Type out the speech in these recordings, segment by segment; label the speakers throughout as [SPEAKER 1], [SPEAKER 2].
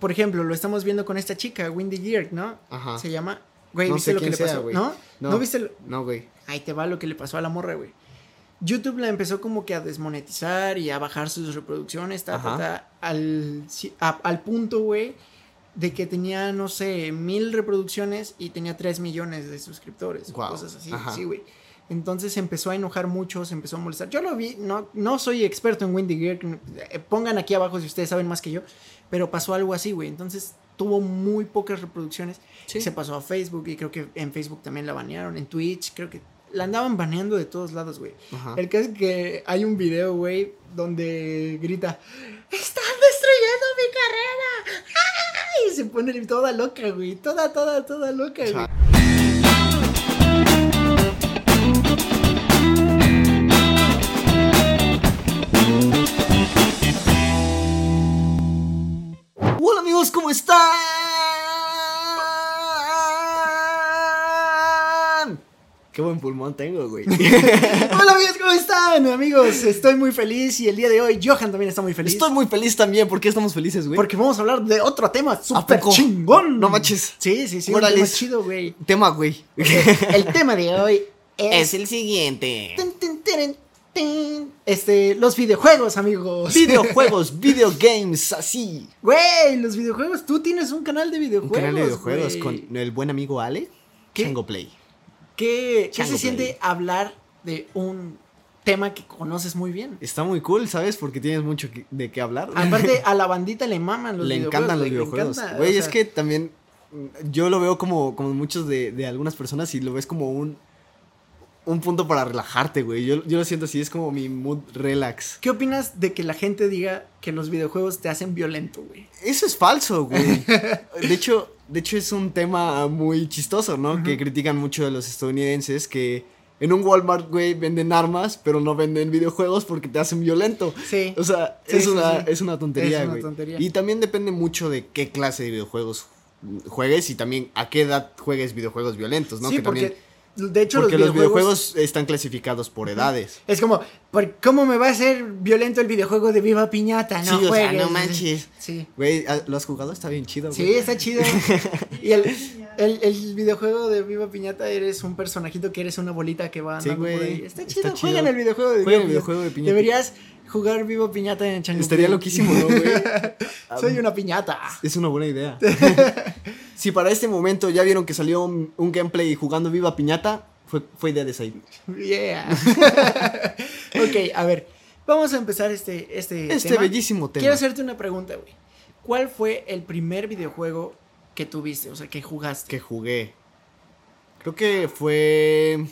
[SPEAKER 1] por ejemplo, lo estamos viendo con esta chica, Windy Year, ¿no?
[SPEAKER 2] Ajá.
[SPEAKER 1] Se llama. Güey,
[SPEAKER 2] No
[SPEAKER 1] ¿viste
[SPEAKER 2] sé
[SPEAKER 1] lo que
[SPEAKER 2] quién
[SPEAKER 1] le
[SPEAKER 2] sea,
[SPEAKER 1] pasó?
[SPEAKER 2] güey.
[SPEAKER 1] ¿No? ¿No?
[SPEAKER 2] No.
[SPEAKER 1] viste lo-
[SPEAKER 2] No, güey.
[SPEAKER 1] Ahí te va lo que le pasó a la morra, güey. YouTube la empezó como que a desmonetizar y a bajar sus reproducciones, ta, ta,
[SPEAKER 2] Ajá.
[SPEAKER 1] ta, al, ci- a- al punto, güey, de que tenía, no sé, mil reproducciones y tenía tres millones de suscriptores,
[SPEAKER 2] Guau.
[SPEAKER 1] cosas así,
[SPEAKER 2] Ajá.
[SPEAKER 1] sí, güey. Entonces se empezó a enojar mucho, se empezó a molestar. Yo lo vi, no, no soy experto en Windy Gear, eh, pongan aquí abajo si ustedes saben más que yo, pero pasó algo así, güey. Entonces tuvo muy pocas reproducciones
[SPEAKER 2] Sí.
[SPEAKER 1] se pasó a Facebook y creo que en Facebook también la banearon, en Twitch, creo que la andaban baneando de todos lados, güey.
[SPEAKER 2] Ajá.
[SPEAKER 1] El caso es que hay un video, güey, donde grita, ¡Están destruyendo mi carrera! ¡Ah! Y se pone toda loca, güey, toda, toda, toda loca, güey.
[SPEAKER 2] Cha-
[SPEAKER 1] Hola amigos, ¿cómo están?
[SPEAKER 2] Qué buen pulmón tengo, güey.
[SPEAKER 1] Hola amigos, ¿cómo están? Amigos, estoy muy feliz y el día de hoy Johan también está muy feliz.
[SPEAKER 2] Estoy muy feliz también. ¿Por qué estamos felices, güey?
[SPEAKER 1] Porque vamos a hablar de otro tema súper
[SPEAKER 2] poco?
[SPEAKER 1] chingón.
[SPEAKER 2] No manches.
[SPEAKER 1] Sí, sí, sí. Un
[SPEAKER 2] Órale.
[SPEAKER 1] tema chido, güey.
[SPEAKER 2] Tema, güey.
[SPEAKER 1] El tema de hoy es.
[SPEAKER 2] el siguiente.
[SPEAKER 1] Tin, tin, tirin, tin. Este, los videojuegos, amigos.
[SPEAKER 2] Videojuegos, video games, así.
[SPEAKER 1] Güey, los videojuegos. Tú tienes un canal de
[SPEAKER 2] Un
[SPEAKER 1] videojuegos.
[SPEAKER 2] canal de videojuegos
[SPEAKER 1] güey.
[SPEAKER 2] con el buen amigo Ale.
[SPEAKER 1] ¿Qué?
[SPEAKER 2] Chango Play.
[SPEAKER 1] ¿Qué, qué
[SPEAKER 2] Chango
[SPEAKER 1] se
[SPEAKER 2] Play.
[SPEAKER 1] siente hablar de un tema que conoces muy bien?
[SPEAKER 2] Está muy cool, ¿sabes? Porque tienes mucho que- de qué hablar.
[SPEAKER 1] Aparte, a la bandita le maman los
[SPEAKER 2] le
[SPEAKER 1] videojuegos.
[SPEAKER 2] encantan los
[SPEAKER 1] güey, le
[SPEAKER 2] videojuegos.
[SPEAKER 1] encanta,
[SPEAKER 2] Güey,
[SPEAKER 1] o
[SPEAKER 2] es
[SPEAKER 1] sea,
[SPEAKER 2] que también mm, yo lo veo como, como muchos de, de algunas personas y lo ves como un, un punto para relajarte, güey. Yo, yo lo siento así, es como mi mood relax.
[SPEAKER 1] ¿Qué opinas de que la gente diga que los videojuegos te hacen violento, güey?
[SPEAKER 2] Eso es falso, güey. De hecho, de hecho es un tema muy chistoso, ¿no? Que critican mucho a los estadounidenses que en un Walmart, güey, venden armas, pero no venden videojuegos porque te hacen violento.
[SPEAKER 1] Sí.
[SPEAKER 2] O sea,
[SPEAKER 1] Sí,
[SPEAKER 2] es,
[SPEAKER 1] sí,
[SPEAKER 2] una,
[SPEAKER 1] sí.
[SPEAKER 2] es una tontería,
[SPEAKER 1] Es una
[SPEAKER 2] güey.
[SPEAKER 1] tontería.
[SPEAKER 2] Y también depende mucho de qué clase de videojuegos juegues y también a qué edad juegues videojuegos violentos, ¿no?
[SPEAKER 1] Sí,
[SPEAKER 2] que
[SPEAKER 1] porque
[SPEAKER 2] también,
[SPEAKER 1] de hecho
[SPEAKER 2] porque
[SPEAKER 1] los,
[SPEAKER 2] los
[SPEAKER 1] videojuegos,
[SPEAKER 2] videojuegos están clasificados por edades.
[SPEAKER 1] es como, ¿por ¿cómo me va a ser violento el videojuego de Viva Piñata? No
[SPEAKER 2] Sí, o sea,
[SPEAKER 1] juegues.
[SPEAKER 2] no manches.
[SPEAKER 1] Sí.
[SPEAKER 2] Güey, ¿ah, ¿lo has jugado? Está bien chido, güey.
[SPEAKER 1] Sí, está chido. Y el, el- el videojuego de Viva Piñata eres un personajito que eres una bolita que va
[SPEAKER 2] Sí,
[SPEAKER 1] andando por
[SPEAKER 2] güey,
[SPEAKER 1] ahí. Está
[SPEAKER 2] está
[SPEAKER 1] chido.
[SPEAKER 2] chido.
[SPEAKER 1] Juegan el videojuego de
[SPEAKER 2] Juega el
[SPEAKER 1] Viva
[SPEAKER 2] videojuego de Piñata.
[SPEAKER 1] Deberías jugar Viva Piñata en Chango
[SPEAKER 2] Estaría
[SPEAKER 1] Play.
[SPEAKER 2] loquísimo, ¿no, güey? Ah,
[SPEAKER 1] Soy una piñata.
[SPEAKER 2] Es una buena idea. si para este momento ya vieron que salió un, un gameplay jugando Viva Piñata, fue, fue idea de Said.
[SPEAKER 1] Yeah. ok, a ver. Vamos a empezar este este
[SPEAKER 2] Este
[SPEAKER 1] tema.
[SPEAKER 2] bellísimo tema.
[SPEAKER 1] Quiero hacerte una pregunta, güey. ¿Cuál fue el primer videojuego que tuviste? O sea, que jugaste.
[SPEAKER 2] Que jugué. Creo que fue.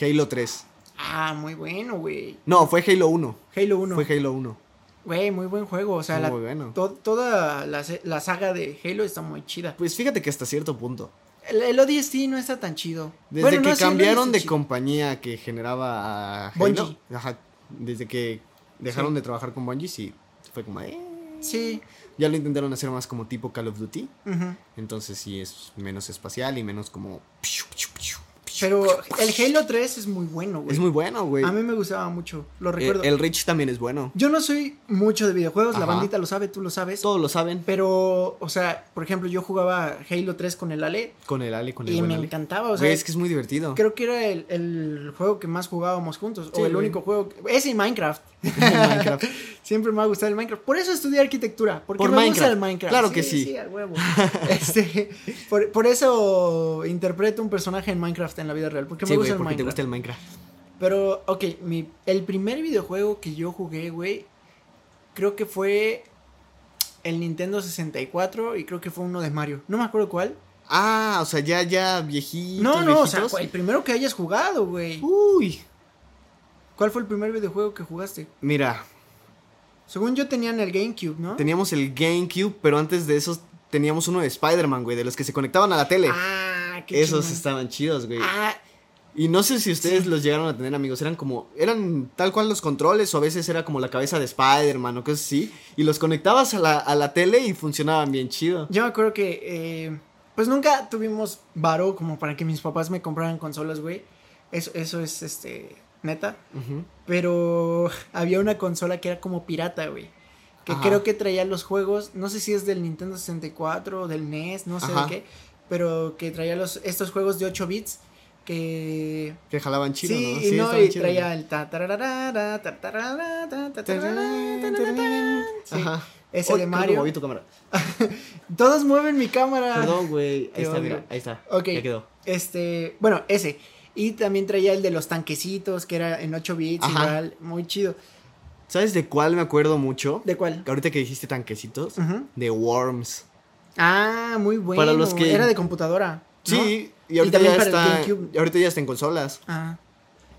[SPEAKER 2] Halo 3.
[SPEAKER 1] Ah, muy bueno, güey.
[SPEAKER 2] No, fue Halo 1.
[SPEAKER 1] Halo 1.
[SPEAKER 2] Fue Halo 1.
[SPEAKER 1] Güey, muy buen juego. O sea,
[SPEAKER 2] Muy
[SPEAKER 1] la-
[SPEAKER 2] bueno.
[SPEAKER 1] to- toda la, se- la saga de Halo está muy chida.
[SPEAKER 2] Pues fíjate que hasta cierto punto.
[SPEAKER 1] El, el ODST no está tan chido.
[SPEAKER 2] Desde
[SPEAKER 1] Bueno,
[SPEAKER 2] que
[SPEAKER 1] no, sí, el
[SPEAKER 2] cambiaron
[SPEAKER 1] ODST
[SPEAKER 2] de
[SPEAKER 1] chido.
[SPEAKER 2] compañía que generaba a Halo.
[SPEAKER 1] Bungie.
[SPEAKER 2] Ajá. Desde que dejaron
[SPEAKER 1] Sí.
[SPEAKER 2] de trabajar con Bungie, sí. Fue como. eh.
[SPEAKER 1] Sí.
[SPEAKER 2] Ya lo intentaron hacer más como tipo Call of Duty.
[SPEAKER 1] ujú.
[SPEAKER 2] Entonces sí es menos espacial y menos como...
[SPEAKER 1] Pero el Halo 3 es muy bueno, güey.
[SPEAKER 2] Es muy bueno, güey.
[SPEAKER 1] A mí me gustaba mucho, lo
[SPEAKER 2] Eh,
[SPEAKER 1] recuerdo.
[SPEAKER 2] el Rich también es bueno.
[SPEAKER 1] Yo no soy mucho de videojuegos, la
[SPEAKER 2] Ajá.
[SPEAKER 1] bandita lo sabe, tú lo sabes.
[SPEAKER 2] Todos lo saben.
[SPEAKER 1] Pero, o sea, por ejemplo, yo jugaba Halo 3 con el Ale
[SPEAKER 2] Con el Ale, con el
[SPEAKER 1] y
[SPEAKER 2] buen
[SPEAKER 1] me
[SPEAKER 2] Ale.
[SPEAKER 1] encantaba. O sea,
[SPEAKER 2] Güey, es que es muy divertido.
[SPEAKER 1] creo que era el, el juego que más jugábamos juntos.
[SPEAKER 2] Sí,
[SPEAKER 1] o el
[SPEAKER 2] güey.
[SPEAKER 1] único juego. que- Ese y Minecraft.
[SPEAKER 2] Minecraft.
[SPEAKER 1] Siempre me ha gustado el Minecraft. Por eso estudié arquitectura. Porque
[SPEAKER 2] Por
[SPEAKER 1] me gusta
[SPEAKER 2] Minecraft.
[SPEAKER 1] el Minecraft.
[SPEAKER 2] Claro que sí.
[SPEAKER 1] a huevo. Este, por, por eso interpreto un personaje en Minecraft en la vida real. Porque
[SPEAKER 2] Sí,
[SPEAKER 1] me
[SPEAKER 2] güey,
[SPEAKER 1] gusta
[SPEAKER 2] porque
[SPEAKER 1] el
[SPEAKER 2] te
[SPEAKER 1] Minecraft.
[SPEAKER 2] gusta el Minecraft.
[SPEAKER 1] Pero, ok, mi, el primer videojuego que yo jugué, güey, creo que fue el Nintendo 64 y creo que fue uno de Mario. No me acuerdo cuál.
[SPEAKER 2] Ah, o sea, ya, ya viejitos,
[SPEAKER 1] No, no, o sea,
[SPEAKER 2] viejitos. Uh.
[SPEAKER 1] cuál- el primero que hayas jugado, güey.
[SPEAKER 2] Uy.
[SPEAKER 1] ¿Cuál fue el primer videojuego que jugaste?
[SPEAKER 2] Mira,
[SPEAKER 1] Según yo tenían el GameCube, ¿no?
[SPEAKER 2] teníamos el GameCube, pero antes de esos teníamos uno de Spider-Man, güey, de los que se conectaban a la tele.
[SPEAKER 1] Ah, qué
[SPEAKER 2] Esos
[SPEAKER 1] chingón.
[SPEAKER 2] estaban chidos, güey.
[SPEAKER 1] Ah,
[SPEAKER 2] Y no sé si ustedes los llegaron a tener, amigos. Eran como. Eran tal cual los controles, o a veces era como la cabeza de Spider-Man o cosas así. Y los conectabas a la, a la tele y funcionaban bien chido.
[SPEAKER 1] Yo me acuerdo que, eh, pues nunca tuvimos varo como para que mis papás me compraran consolas, güey. Eso, eso es, este, neta.
[SPEAKER 2] Ujú.
[SPEAKER 1] Pero había una consola que era como pirata, güey. que
[SPEAKER 2] Ajá.
[SPEAKER 1] creo que traía los juegos, no sé si es del Nintendo 64 o del NES, no sé
[SPEAKER 2] Ajá.
[SPEAKER 1] de qué, pero que traía los, estos juegos de 8 bits que...
[SPEAKER 2] Que jalaban chido,
[SPEAKER 1] sí,
[SPEAKER 2] ¿no?
[SPEAKER 1] y no,
[SPEAKER 2] estaban
[SPEAKER 1] y
[SPEAKER 2] chidos,
[SPEAKER 1] traía el ta tararara, ta tararara, ta tararara, ta tararara. Sí,
[SPEAKER 2] Ajá.
[SPEAKER 1] ese
[SPEAKER 2] Uy,
[SPEAKER 1] de
[SPEAKER 2] creo que
[SPEAKER 1] Mario.
[SPEAKER 2] moví tu cámara.
[SPEAKER 1] Todos mueven mi cámara.
[SPEAKER 2] Perdón, güey.
[SPEAKER 1] Te
[SPEAKER 2] Ahí está,
[SPEAKER 1] odio.
[SPEAKER 2] mira. Ahí está.
[SPEAKER 1] Ok.
[SPEAKER 2] Ya quedó.
[SPEAKER 1] Este, bueno, ese. Y también traía el de los tanquecitos, que era en 8 bits,
[SPEAKER 2] Ajá.
[SPEAKER 1] igual, muy chido.
[SPEAKER 2] ¿Sabes de cuál me acuerdo mucho?
[SPEAKER 1] ¿De cuál?
[SPEAKER 2] Ahorita que dijiste tanquecitos.
[SPEAKER 1] Ujú.
[SPEAKER 2] De Worms.
[SPEAKER 1] Ah, muy bueno.
[SPEAKER 2] Para los que-
[SPEAKER 1] Era de computadora. ¿no?
[SPEAKER 2] Sí, y
[SPEAKER 1] Y
[SPEAKER 2] ahorita
[SPEAKER 1] también
[SPEAKER 2] ya
[SPEAKER 1] para el
[SPEAKER 2] está.
[SPEAKER 1] GameCube.
[SPEAKER 2] y Ahorita ya está en consolas.
[SPEAKER 1] Ah.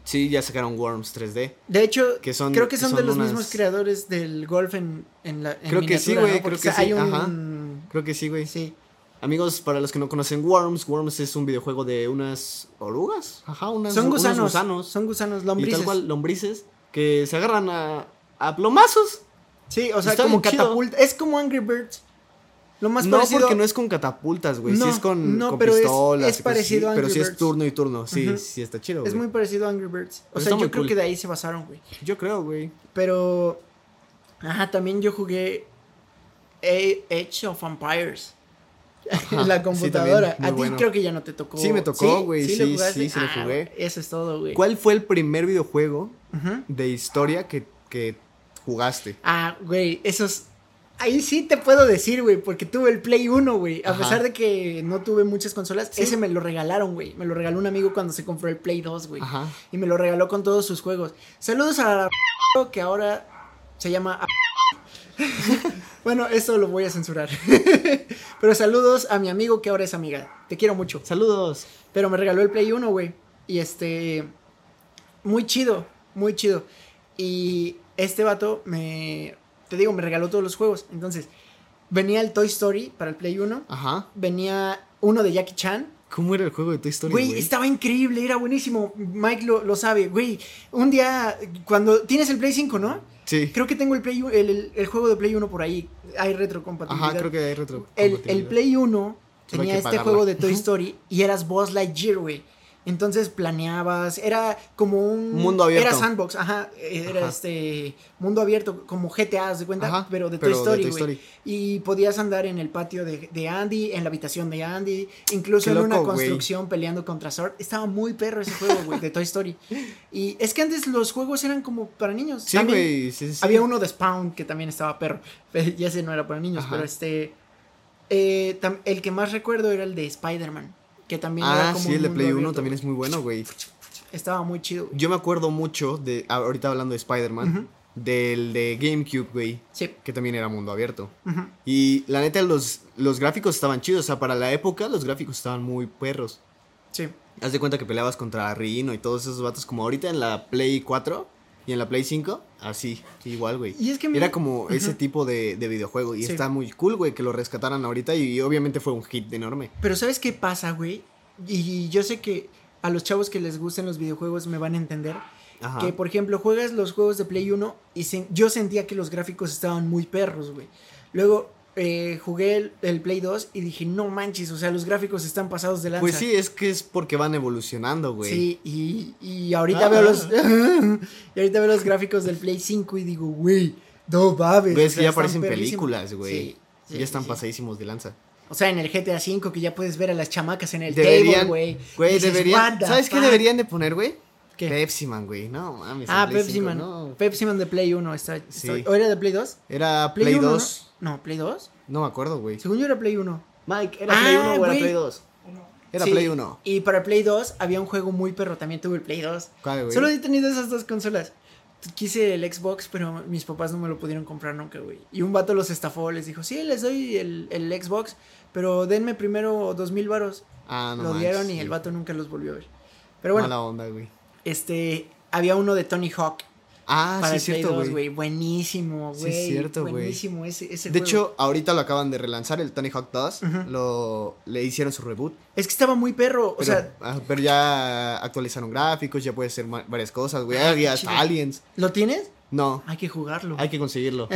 [SPEAKER 2] Sí, ya sacaron Worms 3D.
[SPEAKER 1] De hecho,
[SPEAKER 2] Que son-
[SPEAKER 1] creo que son,
[SPEAKER 2] son
[SPEAKER 1] de los
[SPEAKER 2] unas-
[SPEAKER 1] mismos creadores del golf en, en la. en
[SPEAKER 2] Creo que sí,
[SPEAKER 1] miniatura,
[SPEAKER 2] güey,
[SPEAKER 1] ¿no?
[SPEAKER 2] creo
[SPEAKER 1] Porque,
[SPEAKER 2] que
[SPEAKER 1] o sea,
[SPEAKER 2] sí,
[SPEAKER 1] Hay un.
[SPEAKER 2] Creo que sí, güey.
[SPEAKER 1] Sí.
[SPEAKER 2] Amigos, para los que no conocen Worms, Worms es un videojuego de unas orugas. Ajá, unas,
[SPEAKER 1] Son
[SPEAKER 2] unos
[SPEAKER 1] gusanos,
[SPEAKER 2] gusanos.
[SPEAKER 1] Son gusanos
[SPEAKER 2] y
[SPEAKER 1] lombrices.
[SPEAKER 2] tal cual, lombrices. Que se agarran a, a plomazos.
[SPEAKER 1] Sí, o sea,
[SPEAKER 2] Está
[SPEAKER 1] como
[SPEAKER 2] bien chido.
[SPEAKER 1] catapulta. Es como Angry Birds. Lo más
[SPEAKER 2] no,
[SPEAKER 1] parecido.
[SPEAKER 2] porque no es con catapultas, güey. sí
[SPEAKER 1] No,
[SPEAKER 2] es con,
[SPEAKER 1] no,
[SPEAKER 2] con
[SPEAKER 1] pero es-
[SPEAKER 2] pistolas.
[SPEAKER 1] es
[SPEAKER 2] y cosas así,
[SPEAKER 1] parecido a
[SPEAKER 2] Pero
[SPEAKER 1] Angry
[SPEAKER 2] sí es
[SPEAKER 1] Birds.
[SPEAKER 2] turno y turno. Sí,
[SPEAKER 1] Ujú.
[SPEAKER 2] sí está chido,
[SPEAKER 1] es
[SPEAKER 2] güey.
[SPEAKER 1] muy parecido a Angry Birds. O sea,
[SPEAKER 2] Pero está
[SPEAKER 1] yo
[SPEAKER 2] muy
[SPEAKER 1] creo
[SPEAKER 2] cool.
[SPEAKER 1] que de ahí se basaron, güey.
[SPEAKER 2] Yo creo, güey.
[SPEAKER 1] Pero. Ajá, también yo jugué E- Age of Empires.
[SPEAKER 2] Ajá,
[SPEAKER 1] En la
[SPEAKER 2] sí,
[SPEAKER 1] computadora.
[SPEAKER 2] también, muy
[SPEAKER 1] a ti
[SPEAKER 2] bueno.
[SPEAKER 1] creo que ya no te tocó.
[SPEAKER 2] Sí, me tocó, güey, sí, sí, sí lo
[SPEAKER 1] Ah,
[SPEAKER 2] jugué.
[SPEAKER 1] Eso es todo, güey.
[SPEAKER 2] ¿Cuál fue el primer videojuego
[SPEAKER 1] Ujú.
[SPEAKER 2] de historia que, que jugaste?
[SPEAKER 1] Ah, güey, esos. Ahí sí te puedo decir, güey, porque tuve el Play 1, güey. A
[SPEAKER 2] Ajá.
[SPEAKER 1] pesar de que no tuve muchas consolas,
[SPEAKER 2] Sí.
[SPEAKER 1] ese me lo regalaron, güey. Me lo regaló un amigo cuando se compró el Play 2, güey.
[SPEAKER 2] Ajá.
[SPEAKER 1] Y me lo regaló con todos sus juegos. Saludos a la que ahora se llama. bueno, esto lo voy a censurar. Pero saludos a mi amigo que ahora es amiga. Te quiero mucho.
[SPEAKER 2] Saludos.
[SPEAKER 1] Pero me regaló el Play 1, güey. Y este. Muy chido, muy chido. Y este vato me. Te digo, me regaló todos los juegos. Entonces, venía el Toy Story para el Play 1.
[SPEAKER 2] Ajá.
[SPEAKER 1] Venía uno de Jackie Chan.
[SPEAKER 2] ¿Cómo era el juego de tu historia,
[SPEAKER 1] Güey, estaba increíble, era buenísimo. Mike lo, lo sabe, güey. Un día, cuando tienes el Play 5, ¿no?
[SPEAKER 2] Sí.
[SPEAKER 1] Creo que tengo el, Play, u- el, el- el juego de Play 1 por ahí. Hay retrocompatibilidad.
[SPEAKER 2] Ajá, creo que hay retro.
[SPEAKER 1] El, el Play 1
[SPEAKER 2] Solo hay
[SPEAKER 1] tenía
[SPEAKER 2] que
[SPEAKER 1] este
[SPEAKER 2] pagarla.
[SPEAKER 1] juego de Toy Story y eras Buzz Lightyear, güey. Entonces planeabas, era como un...
[SPEAKER 2] Mundo abierto.
[SPEAKER 1] Era sandbox, ajá. Era
[SPEAKER 2] Ajá.
[SPEAKER 1] este mundo abierto, como GTA, ¿haz de cuenta?
[SPEAKER 2] Ajá,
[SPEAKER 1] pero de
[SPEAKER 2] pero
[SPEAKER 1] Toy
[SPEAKER 2] de
[SPEAKER 1] Story,
[SPEAKER 2] Toy
[SPEAKER 1] güey.
[SPEAKER 2] Story.
[SPEAKER 1] Y podías andar en el patio de, de Andy, en la habitación de Andy, incluso
[SPEAKER 2] Qué
[SPEAKER 1] en una
[SPEAKER 2] loco, güey.
[SPEAKER 1] construcción peleando contra Sword. Estaba muy perro ese juego, güey, de Toy Story. Y es que antes los juegos eran como para niños.
[SPEAKER 2] Sí,
[SPEAKER 1] También-
[SPEAKER 2] güey. sí, sí, sí.
[SPEAKER 1] había uno de Spawn que también estaba perro. Y ese no era para niños,
[SPEAKER 2] Ajá.
[SPEAKER 1] pero este. eh, tam- el que más recuerdo era el de Spider-Man. Que también era
[SPEAKER 2] Ah,
[SPEAKER 1] como.
[SPEAKER 2] sí,
[SPEAKER 1] un
[SPEAKER 2] el de
[SPEAKER 1] mundo
[SPEAKER 2] Play 1
[SPEAKER 1] abierto,
[SPEAKER 2] también es muy bueno, güey.
[SPEAKER 1] güey. Estaba muy chido. güey.
[SPEAKER 2] Yo me acuerdo mucho de. Ahorita hablando de Spider-Man.
[SPEAKER 1] Ujú.
[SPEAKER 2] Del de GameCube, güey.
[SPEAKER 1] Sí.
[SPEAKER 2] Que también era mundo abierto.
[SPEAKER 1] Ujú.
[SPEAKER 2] Y la neta, los, los gráficos estaban chidos. O sea, para la época, los gráficos estaban muy perros.
[SPEAKER 1] Sí.
[SPEAKER 2] Haz de cuenta que peleabas contra Rino y todos esos vatos, como ahorita en la Play 4 y en la Play 5. Así, igual, güey.
[SPEAKER 1] Y es que.
[SPEAKER 2] Era
[SPEAKER 1] mi-
[SPEAKER 2] como ese tipo de, de videojuego. Y
[SPEAKER 1] Sí.
[SPEAKER 2] está muy cool, güey, que lo rescataran ahorita. Y, obviamente fue un hit enorme.
[SPEAKER 1] Pero ¿sabes qué pasa, güey? Y yo sé que a los chavos que les gustan los videojuegos me van a entender.
[SPEAKER 2] Ajá.
[SPEAKER 1] Que, por ejemplo, juegas los juegos de Play 1 y sen- yo sentía que los gráficos estaban muy perros, güey. Luego eh, jugué el, el Play 2 y dije, no manches, o sea, los gráficos están pasados de lanza.
[SPEAKER 2] Pues sí, es que es porque van evolucionando, güey.
[SPEAKER 1] Sí, y, y ahorita
[SPEAKER 2] Ah.
[SPEAKER 1] veo los. y ahorita veo los gráficos del Play 5 y digo, güey, no babes.
[SPEAKER 2] Ves
[SPEAKER 1] o
[SPEAKER 2] que
[SPEAKER 1] sea,
[SPEAKER 2] ya
[SPEAKER 1] están
[SPEAKER 2] parecen
[SPEAKER 1] perrísimos.
[SPEAKER 2] películas, güey.
[SPEAKER 1] Sí, sí,
[SPEAKER 2] ya están
[SPEAKER 1] sí.
[SPEAKER 2] pasadísimos de lanza.
[SPEAKER 1] O sea, en el GTA 5 que ya puedes ver a las chamacas en el table,
[SPEAKER 2] Deberían,
[SPEAKER 1] güey.
[SPEAKER 2] güey,
[SPEAKER 1] Dices,
[SPEAKER 2] deberían.
[SPEAKER 1] "What the
[SPEAKER 2] ¿Sabes qué
[SPEAKER 1] fuck?"
[SPEAKER 2] deberían de poner, güey?
[SPEAKER 1] ¿Qué?
[SPEAKER 2] Pepsi Man, güey. No mames. en
[SPEAKER 1] Ah,
[SPEAKER 2] Play
[SPEAKER 1] Pepsi
[SPEAKER 2] 5,
[SPEAKER 1] Man.
[SPEAKER 2] no.
[SPEAKER 1] Pepsi Man de Play 1. Está, está-
[SPEAKER 2] Sí.
[SPEAKER 1] ¿O era de Play 2?
[SPEAKER 2] Era Play,
[SPEAKER 1] 1,
[SPEAKER 2] 2.
[SPEAKER 1] ¿no? No, Play 2.
[SPEAKER 2] ¿no? me acuerdo, güey.
[SPEAKER 1] Según yo era Play 1.
[SPEAKER 2] Mike,
[SPEAKER 1] ¿era Play 1 o era Play
[SPEAKER 2] 2? Era
[SPEAKER 1] Ah, Sí,
[SPEAKER 2] Play 1.
[SPEAKER 1] Y para Play 2 había un juego muy perro. También tuve el Play 2.
[SPEAKER 2] ¿Cuál, güey?
[SPEAKER 1] Solo he tenido esas dos consolas. Quise el Xbox, pero mis papás no me lo pudieron comprar nunca, güey. Y un vato los estafó, les dijo, sí, les doy el, el Xbox, pero denme primero dos mil varos.
[SPEAKER 2] Ah, no
[SPEAKER 1] lo
[SPEAKER 2] manches,
[SPEAKER 1] dieron y
[SPEAKER 2] sí.
[SPEAKER 1] el vato nunca los volvió a ver. Pero bueno,
[SPEAKER 2] Mala onda, güey.
[SPEAKER 1] este, había uno de Tony Hawk
[SPEAKER 2] Ah,
[SPEAKER 1] para
[SPEAKER 2] sí,
[SPEAKER 1] el
[SPEAKER 2] es
[SPEAKER 1] Play
[SPEAKER 2] cierto,
[SPEAKER 1] 2,
[SPEAKER 2] güey.
[SPEAKER 1] güey. Buenísimo,
[SPEAKER 2] Sí,
[SPEAKER 1] güey.
[SPEAKER 2] es cierto, güey.
[SPEAKER 1] Buenísimo ese, ese
[SPEAKER 2] De
[SPEAKER 1] juego.
[SPEAKER 2] hecho, ahorita lo acaban de relanzar, el Tony Hawk 2.
[SPEAKER 1] Ujú.
[SPEAKER 2] lo, le hicieron su reboot.
[SPEAKER 1] Es que estaba muy perro,
[SPEAKER 2] Pero,
[SPEAKER 1] o sea,
[SPEAKER 2] ah, pero ya actualizaron gráficos, ya puede ser ma- varias cosas, güey.
[SPEAKER 1] Ah, qué
[SPEAKER 2] Había hasta
[SPEAKER 1] chido.
[SPEAKER 2] aliens.
[SPEAKER 1] ¿lo tienes?
[SPEAKER 2] No,
[SPEAKER 1] Hay que jugarlo.
[SPEAKER 2] hay que conseguirlo.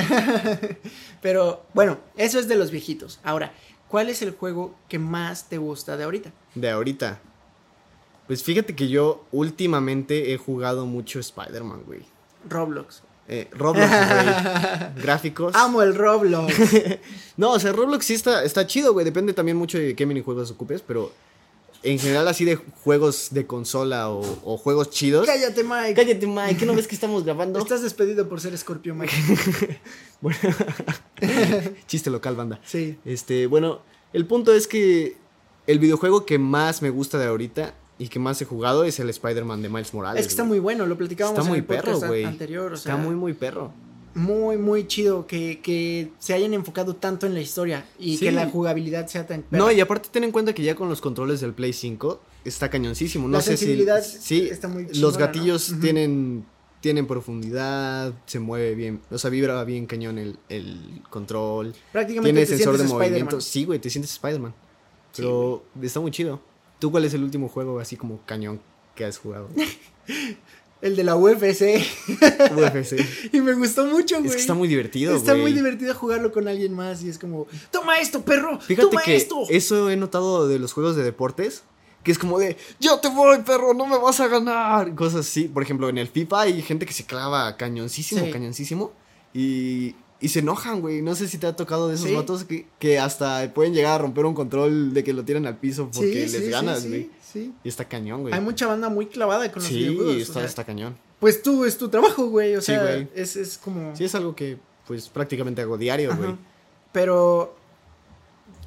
[SPEAKER 1] Pero bueno, eso es de los viejitos. Ahora, ¿cuál es el juego que más te gusta de ahorita?
[SPEAKER 2] De ahorita. Pues fíjate que yo últimamente he jugado mucho Spider-Man, güey.
[SPEAKER 1] Roblox.
[SPEAKER 2] Eh, Roblox, güey. Gráficos.
[SPEAKER 1] Amo el Roblox.
[SPEAKER 2] no, o sea, Roblox sí está, está chido, güey. Depende también mucho de qué minijuegos ocupes, pero en general así de juegos de consola o, o juegos chidos.
[SPEAKER 1] Cállate, Mike.
[SPEAKER 2] Cállate, Mike, ¿qué no ves que estamos grabando?
[SPEAKER 1] Estás despedido por ser escorpio, Mike.
[SPEAKER 2] Bueno, chiste local, banda.
[SPEAKER 1] Sí.
[SPEAKER 2] Este, bueno, el punto es que el videojuego que más me gusta de ahorita y que más he jugado es el Spider-Man de Miles Morales.
[SPEAKER 1] Es que está muy
[SPEAKER 2] güey.
[SPEAKER 1] bueno, lo platicábamos
[SPEAKER 2] Está
[SPEAKER 1] en
[SPEAKER 2] muy
[SPEAKER 1] el podcast
[SPEAKER 2] perro,
[SPEAKER 1] an-
[SPEAKER 2] güey.
[SPEAKER 1] anterior. o
[SPEAKER 2] Está
[SPEAKER 1] sea,
[SPEAKER 2] muy, muy perro.
[SPEAKER 1] muy, muy chido que, que se hayan enfocado tanto en la historia y
[SPEAKER 2] Sí.
[SPEAKER 1] que la jugabilidad sea tan... perra.
[SPEAKER 2] No, y aparte ten en cuenta que ya con los controles del Play 5 está cañoncísimo. No
[SPEAKER 1] La
[SPEAKER 2] sé si.
[SPEAKER 1] sensibilidad
[SPEAKER 2] Sí,
[SPEAKER 1] está muy
[SPEAKER 2] los
[SPEAKER 1] chingona,
[SPEAKER 2] gatillos
[SPEAKER 1] ¿no? Ujú.
[SPEAKER 2] tienen. Tienen profundidad, se mueve bien, o sea, vibra bien cañón el, el control.
[SPEAKER 1] Prácticamente
[SPEAKER 2] Tiene
[SPEAKER 1] te
[SPEAKER 2] sensor de
[SPEAKER 1] sientes Spider-Man.
[SPEAKER 2] movimiento. Sí, güey, te sientes Spider-Man.
[SPEAKER 1] Sí,
[SPEAKER 2] Pero está muy chido. ¿Tú cuál es el último juego así como cañón que has jugado?
[SPEAKER 1] El de la UFC.
[SPEAKER 2] UFC.
[SPEAKER 1] y me gustó mucho, güey.
[SPEAKER 2] Es que está muy divertido,
[SPEAKER 1] Está muy
[SPEAKER 2] güey.
[SPEAKER 1] divertido jugarlo con alguien más y es como, toma esto, perro,
[SPEAKER 2] Fíjate
[SPEAKER 1] toma
[SPEAKER 2] que
[SPEAKER 1] esto.
[SPEAKER 2] eso he notado de los juegos de deportes, que es como de, yo te voy, perro, no me vas a ganar. Cosas así. Por ejemplo, en el FIFA hay gente que se clava cañoncísimo,
[SPEAKER 1] Sí.
[SPEAKER 2] cañoncísimo. Y, y se enojan, güey. No sé si te ha tocado de esos
[SPEAKER 1] Sí.
[SPEAKER 2] vatos que, que hasta pueden llegar a romper un control de que lo tiran al piso porque les ganas, güey.
[SPEAKER 1] Sí, sí.
[SPEAKER 2] Y está cañón, güey.
[SPEAKER 1] Hay mucha banda muy clavada con los
[SPEAKER 2] Sí,
[SPEAKER 1] videojuegos. o
[SPEAKER 2] está,
[SPEAKER 1] sea,
[SPEAKER 2] está cañón.
[SPEAKER 1] Pues tú es tu trabajo, güey. O
[SPEAKER 2] Sí,
[SPEAKER 1] sea,
[SPEAKER 2] güey.
[SPEAKER 1] es, es como.
[SPEAKER 2] Sí, es algo que pues prácticamente hago diario,
[SPEAKER 1] Ajá.
[SPEAKER 2] güey.
[SPEAKER 1] Pero.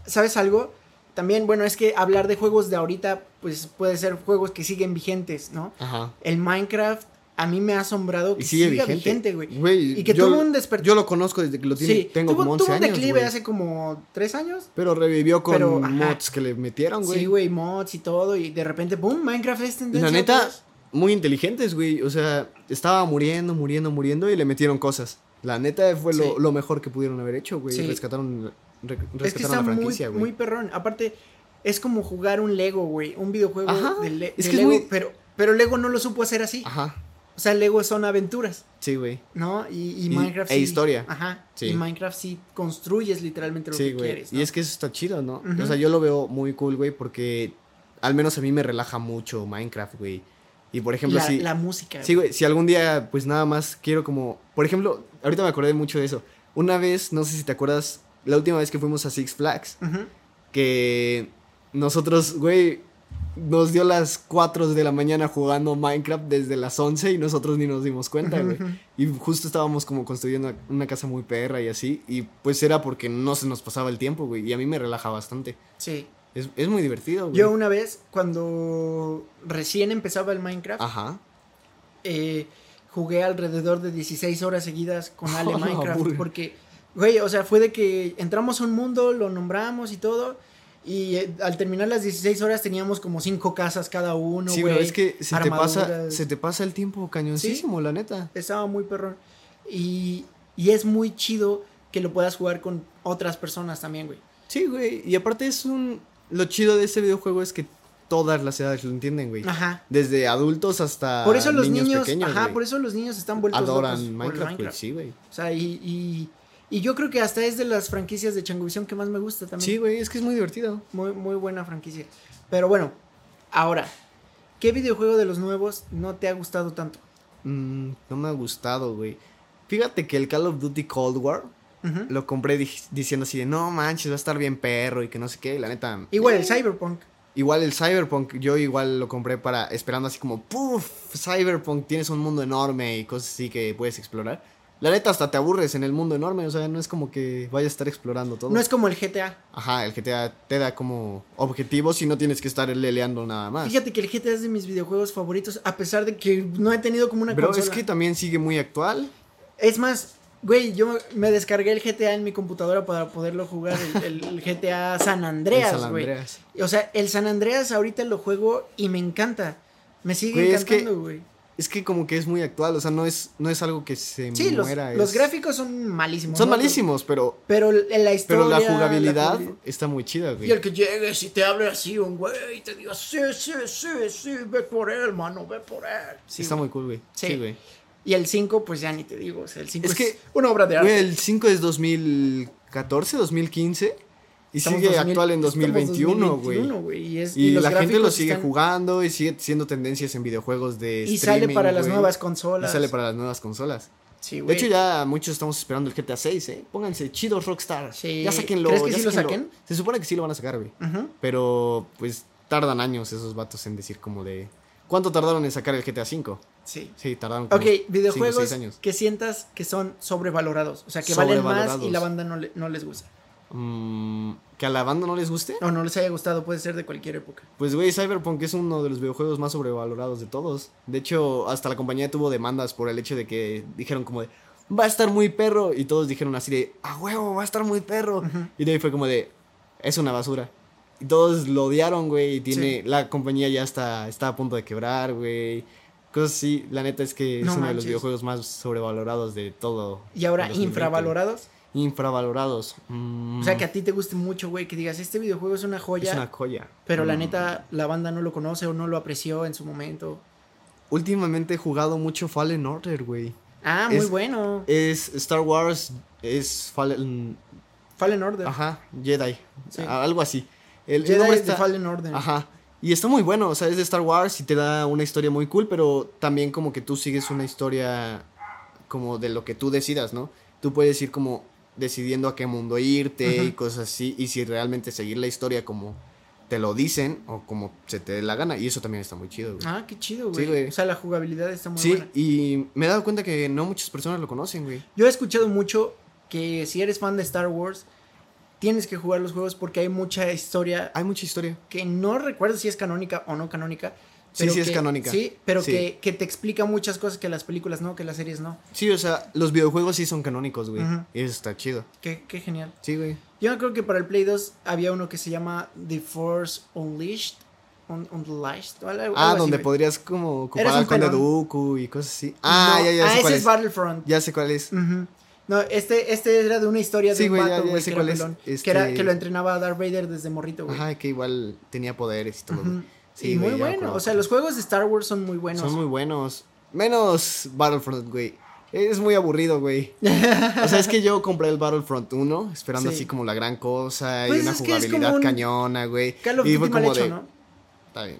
[SPEAKER 1] ¿Sabes algo? También, bueno, es que hablar de juegos de ahorita, pues puede ser juegos que siguen vigentes, ¿no?
[SPEAKER 2] Ajá.
[SPEAKER 1] El Minecraft a mí me ha asombrado que
[SPEAKER 2] Y sigue
[SPEAKER 1] siga
[SPEAKER 2] vigente.
[SPEAKER 1] vigente, güey.
[SPEAKER 2] Güey,
[SPEAKER 1] Y que
[SPEAKER 2] yo-
[SPEAKER 1] tuvo un despertar.
[SPEAKER 2] Yo lo conozco desde que lo tiene-
[SPEAKER 1] Sí,
[SPEAKER 2] tengo
[SPEAKER 1] tuvo,
[SPEAKER 2] como 11
[SPEAKER 1] tuvo un
[SPEAKER 2] años,
[SPEAKER 1] declive
[SPEAKER 2] güey.
[SPEAKER 1] hace como tres años.
[SPEAKER 2] Pero revivió con
[SPEAKER 1] Pero, ajá.
[SPEAKER 2] mods que le metieron, güey.
[SPEAKER 1] Sí, güey, mods y todo. Y de repente, boom, Minecraft es tendencia.
[SPEAKER 2] La neta,
[SPEAKER 1] otra vez.
[SPEAKER 2] muy inteligentes, güey. O sea, estaba muriendo, muriendo, muriendo y le metieron cosas. La neta fue
[SPEAKER 1] Sí.
[SPEAKER 2] lo, lo mejor que pudieron haber hecho, güey.
[SPEAKER 1] Sí.
[SPEAKER 2] Rescataron, re- rescataron
[SPEAKER 1] Es que
[SPEAKER 2] la
[SPEAKER 1] está muy,
[SPEAKER 2] franquicia,
[SPEAKER 1] muy
[SPEAKER 2] güey.
[SPEAKER 1] perrón. Aparte, es como jugar un Lego, güey. Un videojuego
[SPEAKER 2] Ajá,
[SPEAKER 1] de, Le-
[SPEAKER 2] es
[SPEAKER 1] de
[SPEAKER 2] que es
[SPEAKER 1] Lego.
[SPEAKER 2] muy- Ah.
[SPEAKER 1] Pero, pero Lego no lo supo hacer así.
[SPEAKER 2] Ajá,
[SPEAKER 1] O sea, Lego son aventuras,
[SPEAKER 2] sí, güey.
[SPEAKER 1] ¿no? Y, y
[SPEAKER 2] Y-
[SPEAKER 1] Minecraft
[SPEAKER 2] e
[SPEAKER 1] sí.
[SPEAKER 2] historia.
[SPEAKER 1] Ajá.
[SPEAKER 2] Sí.
[SPEAKER 1] Y Minecraft sí construyes literalmente lo
[SPEAKER 2] Sí,
[SPEAKER 1] que
[SPEAKER 2] güey.
[SPEAKER 1] quieres.
[SPEAKER 2] Y es que eso está chido, ¿no?
[SPEAKER 1] Ujú.
[SPEAKER 2] O sea, yo lo veo muy cool, güey, porque al menos a mí me relaja mucho Minecraft, güey. Y por ejemplo,
[SPEAKER 1] la,
[SPEAKER 2] si.
[SPEAKER 1] la música.
[SPEAKER 2] Sí, güey, si algún día, pues nada más quiero como. Por ejemplo, ahorita me acordé mucho de eso. Una vez, no sé si te acuerdas, la última vez que fuimos a Six Flags,
[SPEAKER 1] Ujú.
[SPEAKER 2] que nosotros, güey, nos dio las 4 de la mañana jugando Minecraft desde las 11 y nosotros ni nos dimos cuenta, güey.
[SPEAKER 1] Ujú, ujú.
[SPEAKER 2] Y justo estábamos como construyendo una- una casa muy perra y así. Y pues era porque no se nos pasaba el tiempo, güey. Y a mí me relaja bastante.
[SPEAKER 1] Sí.
[SPEAKER 2] Es, es muy divertido, güey.
[SPEAKER 1] Yo una vez, cuando recién empezaba el Minecraft,
[SPEAKER 2] Ajá.
[SPEAKER 1] eh, jugué alrededor de 16 horas seguidas con Ale
[SPEAKER 2] A Oh, la
[SPEAKER 1] Minecraft.
[SPEAKER 2] burger.
[SPEAKER 1] Porque, güey, o sea, fue de que entramos a un mundo, lo nombramos y todo. Y eh, al terminar las 16 horas teníamos como cinco casas cada uno,
[SPEAKER 2] sí,
[SPEAKER 1] güey.
[SPEAKER 2] güey, es que se te, pasa,
[SPEAKER 1] armaduras.
[SPEAKER 2] se te pasa el tiempo cañoncísimo, la neta.
[SPEAKER 1] Estaba muy perrón. Y, y es muy chido que lo puedas jugar con otras personas también, güey.
[SPEAKER 2] Sí, güey. Y aparte es un... Lo chido de este videojuego es que todas las edades lo entienden, güey.
[SPEAKER 1] Ajá.
[SPEAKER 2] Desde adultos hasta
[SPEAKER 1] Por eso los
[SPEAKER 2] Ah, niños,
[SPEAKER 1] niños,
[SPEAKER 2] pequeños,
[SPEAKER 1] ajá,
[SPEAKER 2] güey.
[SPEAKER 1] por eso los niños están vueltos
[SPEAKER 2] adoran
[SPEAKER 1] locos por
[SPEAKER 2] Minecraft, güey. Sí, güey.
[SPEAKER 1] O sea, y, y, y yo creo que hasta es de las franquicias de Changovisión que más me gusta también.
[SPEAKER 2] Sí, güey, es que es muy divertido.
[SPEAKER 1] Muy, muy buena franquicia. Pero bueno, ahora, ¿qué videojuego de los nuevos no te ha gustado tanto?
[SPEAKER 2] Mm, no me ha gustado, güey. Fíjate que el Call of Duty Cold War
[SPEAKER 1] Ujú.
[SPEAKER 2] lo compré dij- diciendo así de, no manches, va a estar bien perro y que no sé qué. Y la neta...
[SPEAKER 1] Igual el Cyberpunk.
[SPEAKER 2] Igual el Cyberpunk, yo igual lo compré para esperando así como, puff, Cyberpunk, tienes un mundo enorme y cosas así que puedes explorar. La neta hasta te aburres en el mundo enorme, o sea, no es como que vayas a estar explorando todo.
[SPEAKER 1] No es como el GTA.
[SPEAKER 2] Ajá, el GTA te da como objetivos y no tienes que estar leleando nada más.
[SPEAKER 1] Fíjate que el GTA es de mis videojuegos favoritos, a pesar de que no he tenido como una
[SPEAKER 2] Pero
[SPEAKER 1] consola.
[SPEAKER 2] es que también sigue muy actual.
[SPEAKER 1] Es más, güey, yo me descargué el GTA en mi computadora para poderlo jugar, el, el- el GTA San
[SPEAKER 2] el
[SPEAKER 1] Andreas,
[SPEAKER 2] San
[SPEAKER 1] güey.
[SPEAKER 2] Andreas.
[SPEAKER 1] O sea, el San Andreas ahorita lo juego y me encanta. Me sigue
[SPEAKER 2] Güey, es que-
[SPEAKER 1] encantando, güey.
[SPEAKER 2] Es que como que es muy actual, o sea, no es, no es algo que se
[SPEAKER 1] Sí, los,
[SPEAKER 2] muera.
[SPEAKER 1] los
[SPEAKER 2] es-
[SPEAKER 1] gráficos son malísimos.
[SPEAKER 2] Son
[SPEAKER 1] ¿no?
[SPEAKER 2] malísimos, pero,
[SPEAKER 1] Pero l- la historia.
[SPEAKER 2] pero la jugabilidad
[SPEAKER 1] jugabilidad.
[SPEAKER 2] está muy chida, güey.
[SPEAKER 1] Y el que llegues y te hable así, un güey, y te diga, sí, sí, sí, sí, ve por él, mano, ve por él. Sí,
[SPEAKER 2] está
[SPEAKER 1] güey.
[SPEAKER 2] muy cool, güey.
[SPEAKER 1] Sí.
[SPEAKER 2] sí, güey.
[SPEAKER 1] Y el 5, pues ya ni te digo, o sea, el 5 es,
[SPEAKER 2] Es que-
[SPEAKER 1] una obra de arte.
[SPEAKER 2] Güey, el 5 es 2014, 2015 y
[SPEAKER 1] Estamos
[SPEAKER 2] sigue
[SPEAKER 1] 2000,
[SPEAKER 2] actual en
[SPEAKER 1] estamos
[SPEAKER 2] 2021, güey.
[SPEAKER 1] 2021, güey. Y, es-
[SPEAKER 2] Y,
[SPEAKER 1] los
[SPEAKER 2] la gente lo
[SPEAKER 1] gráficos
[SPEAKER 2] sigue
[SPEAKER 1] están-
[SPEAKER 2] jugando y sigue siendo tendencias en videojuegos de
[SPEAKER 1] Y
[SPEAKER 2] streaming,
[SPEAKER 1] sale para las
[SPEAKER 2] güey.
[SPEAKER 1] nuevas
[SPEAKER 2] Y
[SPEAKER 1] consolas.
[SPEAKER 2] sale para las nuevas consolas.
[SPEAKER 1] Sí,
[SPEAKER 2] De
[SPEAKER 1] güey.
[SPEAKER 2] hecho, ya muchos estamos esperando el GTA 6, ¿eh? Pónganse chidos Rockstar.
[SPEAKER 1] Sí.
[SPEAKER 2] Ya sáquenlo.
[SPEAKER 1] ¿Crees que
[SPEAKER 2] ya
[SPEAKER 1] sí lo
[SPEAKER 2] sáquenlo.
[SPEAKER 1] saquen?
[SPEAKER 2] Se supone que sí lo van a sacar, güey.
[SPEAKER 1] Ujú.
[SPEAKER 2] Pero, pues, tardan años esos vatos en decir como de... ¿Cuánto tardaron en sacar el GTA 5?
[SPEAKER 1] Sí.
[SPEAKER 2] Sí, tardaron como
[SPEAKER 1] Ok,
[SPEAKER 2] cinco,
[SPEAKER 1] videojuegos
[SPEAKER 2] seis años.
[SPEAKER 1] que sientas que son sobrevalorados. O sea, que valen más y
[SPEAKER 2] Sobrevalorados.
[SPEAKER 1] la banda no, le- no les gusta.
[SPEAKER 2] Mm, ¿Que a la banda no les guste?
[SPEAKER 1] O no les haya gustado, puede ser de cualquier época.
[SPEAKER 2] Pues, güey, Cyberpunk es uno de los videojuegos más sobrevalorados de todos. De hecho, hasta la compañía tuvo demandas por el hecho de que dijeron como de... Va a estar muy perro. Y todos dijeron así de... A huevo, va a estar muy perro.
[SPEAKER 1] Ujú.
[SPEAKER 2] Y de ahí fue como de... Es una basura. Y todos lo odiaron, güey. Y tiene... La compañía ya está, está a punto de quebrar, güey. Cosas así. La neta es que
[SPEAKER 1] No
[SPEAKER 2] es uno de
[SPEAKER 1] manches.
[SPEAKER 2] los videojuegos más sobrevalorados de todo.
[SPEAKER 1] Y ahora,
[SPEAKER 2] 2020.
[SPEAKER 1] infravalorados.
[SPEAKER 2] Infravalorados. Mm,
[SPEAKER 1] O sea, que a ti te guste mucho, güey, que digas, este videojuego es una joya,
[SPEAKER 2] Es una joya.
[SPEAKER 1] pero la
[SPEAKER 2] Mm.
[SPEAKER 1] neta, la banda no lo conoce o no lo apreció en su momento.
[SPEAKER 2] Últimamente he jugado mucho Fallen Order, güey.
[SPEAKER 1] Ah, muy
[SPEAKER 2] Es- eh,
[SPEAKER 1] bueno.
[SPEAKER 2] Es Star Wars, es Fallen.
[SPEAKER 1] Fallen Order.
[SPEAKER 2] Ajá, Jedi.
[SPEAKER 1] Sí.
[SPEAKER 2] a- Algo así. El, el
[SPEAKER 1] Jedi
[SPEAKER 2] nombre
[SPEAKER 1] es de
[SPEAKER 2] está-
[SPEAKER 1] Fallen Order.
[SPEAKER 2] Ajá. Y está muy bueno, o sea, es de Star Wars y te da una historia muy cool, pero también como que tú sigues una historia como de lo que tú decidas, ¿no? Tú puedes ir como decidiendo a qué mundo irte y
[SPEAKER 1] Ujú.
[SPEAKER 2] cosas así, y si realmente seguir la historia como te lo dicen o como se te dé la gana, y eso también está muy chido, güey.
[SPEAKER 1] Ah, qué chido,
[SPEAKER 2] Sí,
[SPEAKER 1] güey.
[SPEAKER 2] güey.
[SPEAKER 1] o sea, la jugabilidad está muy
[SPEAKER 2] sí,
[SPEAKER 1] buena.
[SPEAKER 2] y me he dado cuenta que no muchas personas lo conocen, güey.
[SPEAKER 1] Yo he escuchado mucho que si eres fan de Star Wars, tienes que jugar los juegos porque hay mucha historia
[SPEAKER 2] Hay mucha historia.
[SPEAKER 1] que no recuerdo si es canónica o no canónica. pero
[SPEAKER 2] sí es
[SPEAKER 1] que-
[SPEAKER 2] canónica.
[SPEAKER 1] Sí, pero
[SPEAKER 2] Sí.
[SPEAKER 1] Que, que te explica muchas cosas que las películas no, que las series no.
[SPEAKER 2] Sí, o sea, los videojuegos sí son canónicos, güey.
[SPEAKER 1] Ujú.
[SPEAKER 2] Y eso está chido.
[SPEAKER 1] Qué, qué genial.
[SPEAKER 2] Sí, güey.
[SPEAKER 1] Yo creo que para el Play 2 había uno que se llama The Force Unleashed. Un- Unleashed. o algo- algo
[SPEAKER 2] Ah,
[SPEAKER 1] así,
[SPEAKER 2] donde
[SPEAKER 1] güey.
[SPEAKER 2] podrías como
[SPEAKER 1] Eras
[SPEAKER 2] comparar
[SPEAKER 1] un
[SPEAKER 2] con
[SPEAKER 1] pelón.
[SPEAKER 2] Dooku y cosas así. Ah,
[SPEAKER 1] No,
[SPEAKER 2] ya, ya sé cuál
[SPEAKER 1] ese
[SPEAKER 2] es.
[SPEAKER 1] es Battlefront.
[SPEAKER 2] Ya sé cuál es.
[SPEAKER 1] Ujú. No, este, este era de una historia
[SPEAKER 2] Sí,
[SPEAKER 1] de un
[SPEAKER 2] güey, ya-
[SPEAKER 1] vato,
[SPEAKER 2] ya
[SPEAKER 1] güey,
[SPEAKER 2] sé
[SPEAKER 1] que,
[SPEAKER 2] cuál
[SPEAKER 1] era
[SPEAKER 2] es.
[SPEAKER 1] pelón, que,
[SPEAKER 2] Este-
[SPEAKER 1] era- que lo entrenaba a Darth Vader desde morrito, güey.
[SPEAKER 2] Ajá, que igual tenía poderes y todo. güey.
[SPEAKER 1] Ujú.
[SPEAKER 2] Sí,
[SPEAKER 1] y muy
[SPEAKER 2] güey, ya me
[SPEAKER 1] bueno.
[SPEAKER 2] acuerdo.
[SPEAKER 1] O sea, los juegos de Star Wars son muy buenos.
[SPEAKER 2] Son muy buenos. Menos Battlefront, güey. Es muy aburrido, güey. o sea, es que yo compré el Battlefront 1 esperando
[SPEAKER 1] Sí.
[SPEAKER 2] así como la gran cosa
[SPEAKER 1] Pues
[SPEAKER 2] y una
[SPEAKER 1] es que es como
[SPEAKER 2] jugabilidad
[SPEAKER 1] un
[SPEAKER 2] cañona, güey.
[SPEAKER 1] Call of
[SPEAKER 2] y
[SPEAKER 1] Duty
[SPEAKER 2] fue
[SPEAKER 1] mal
[SPEAKER 2] como
[SPEAKER 1] hecho,
[SPEAKER 2] de.
[SPEAKER 1] ¿no?
[SPEAKER 2] Está bien.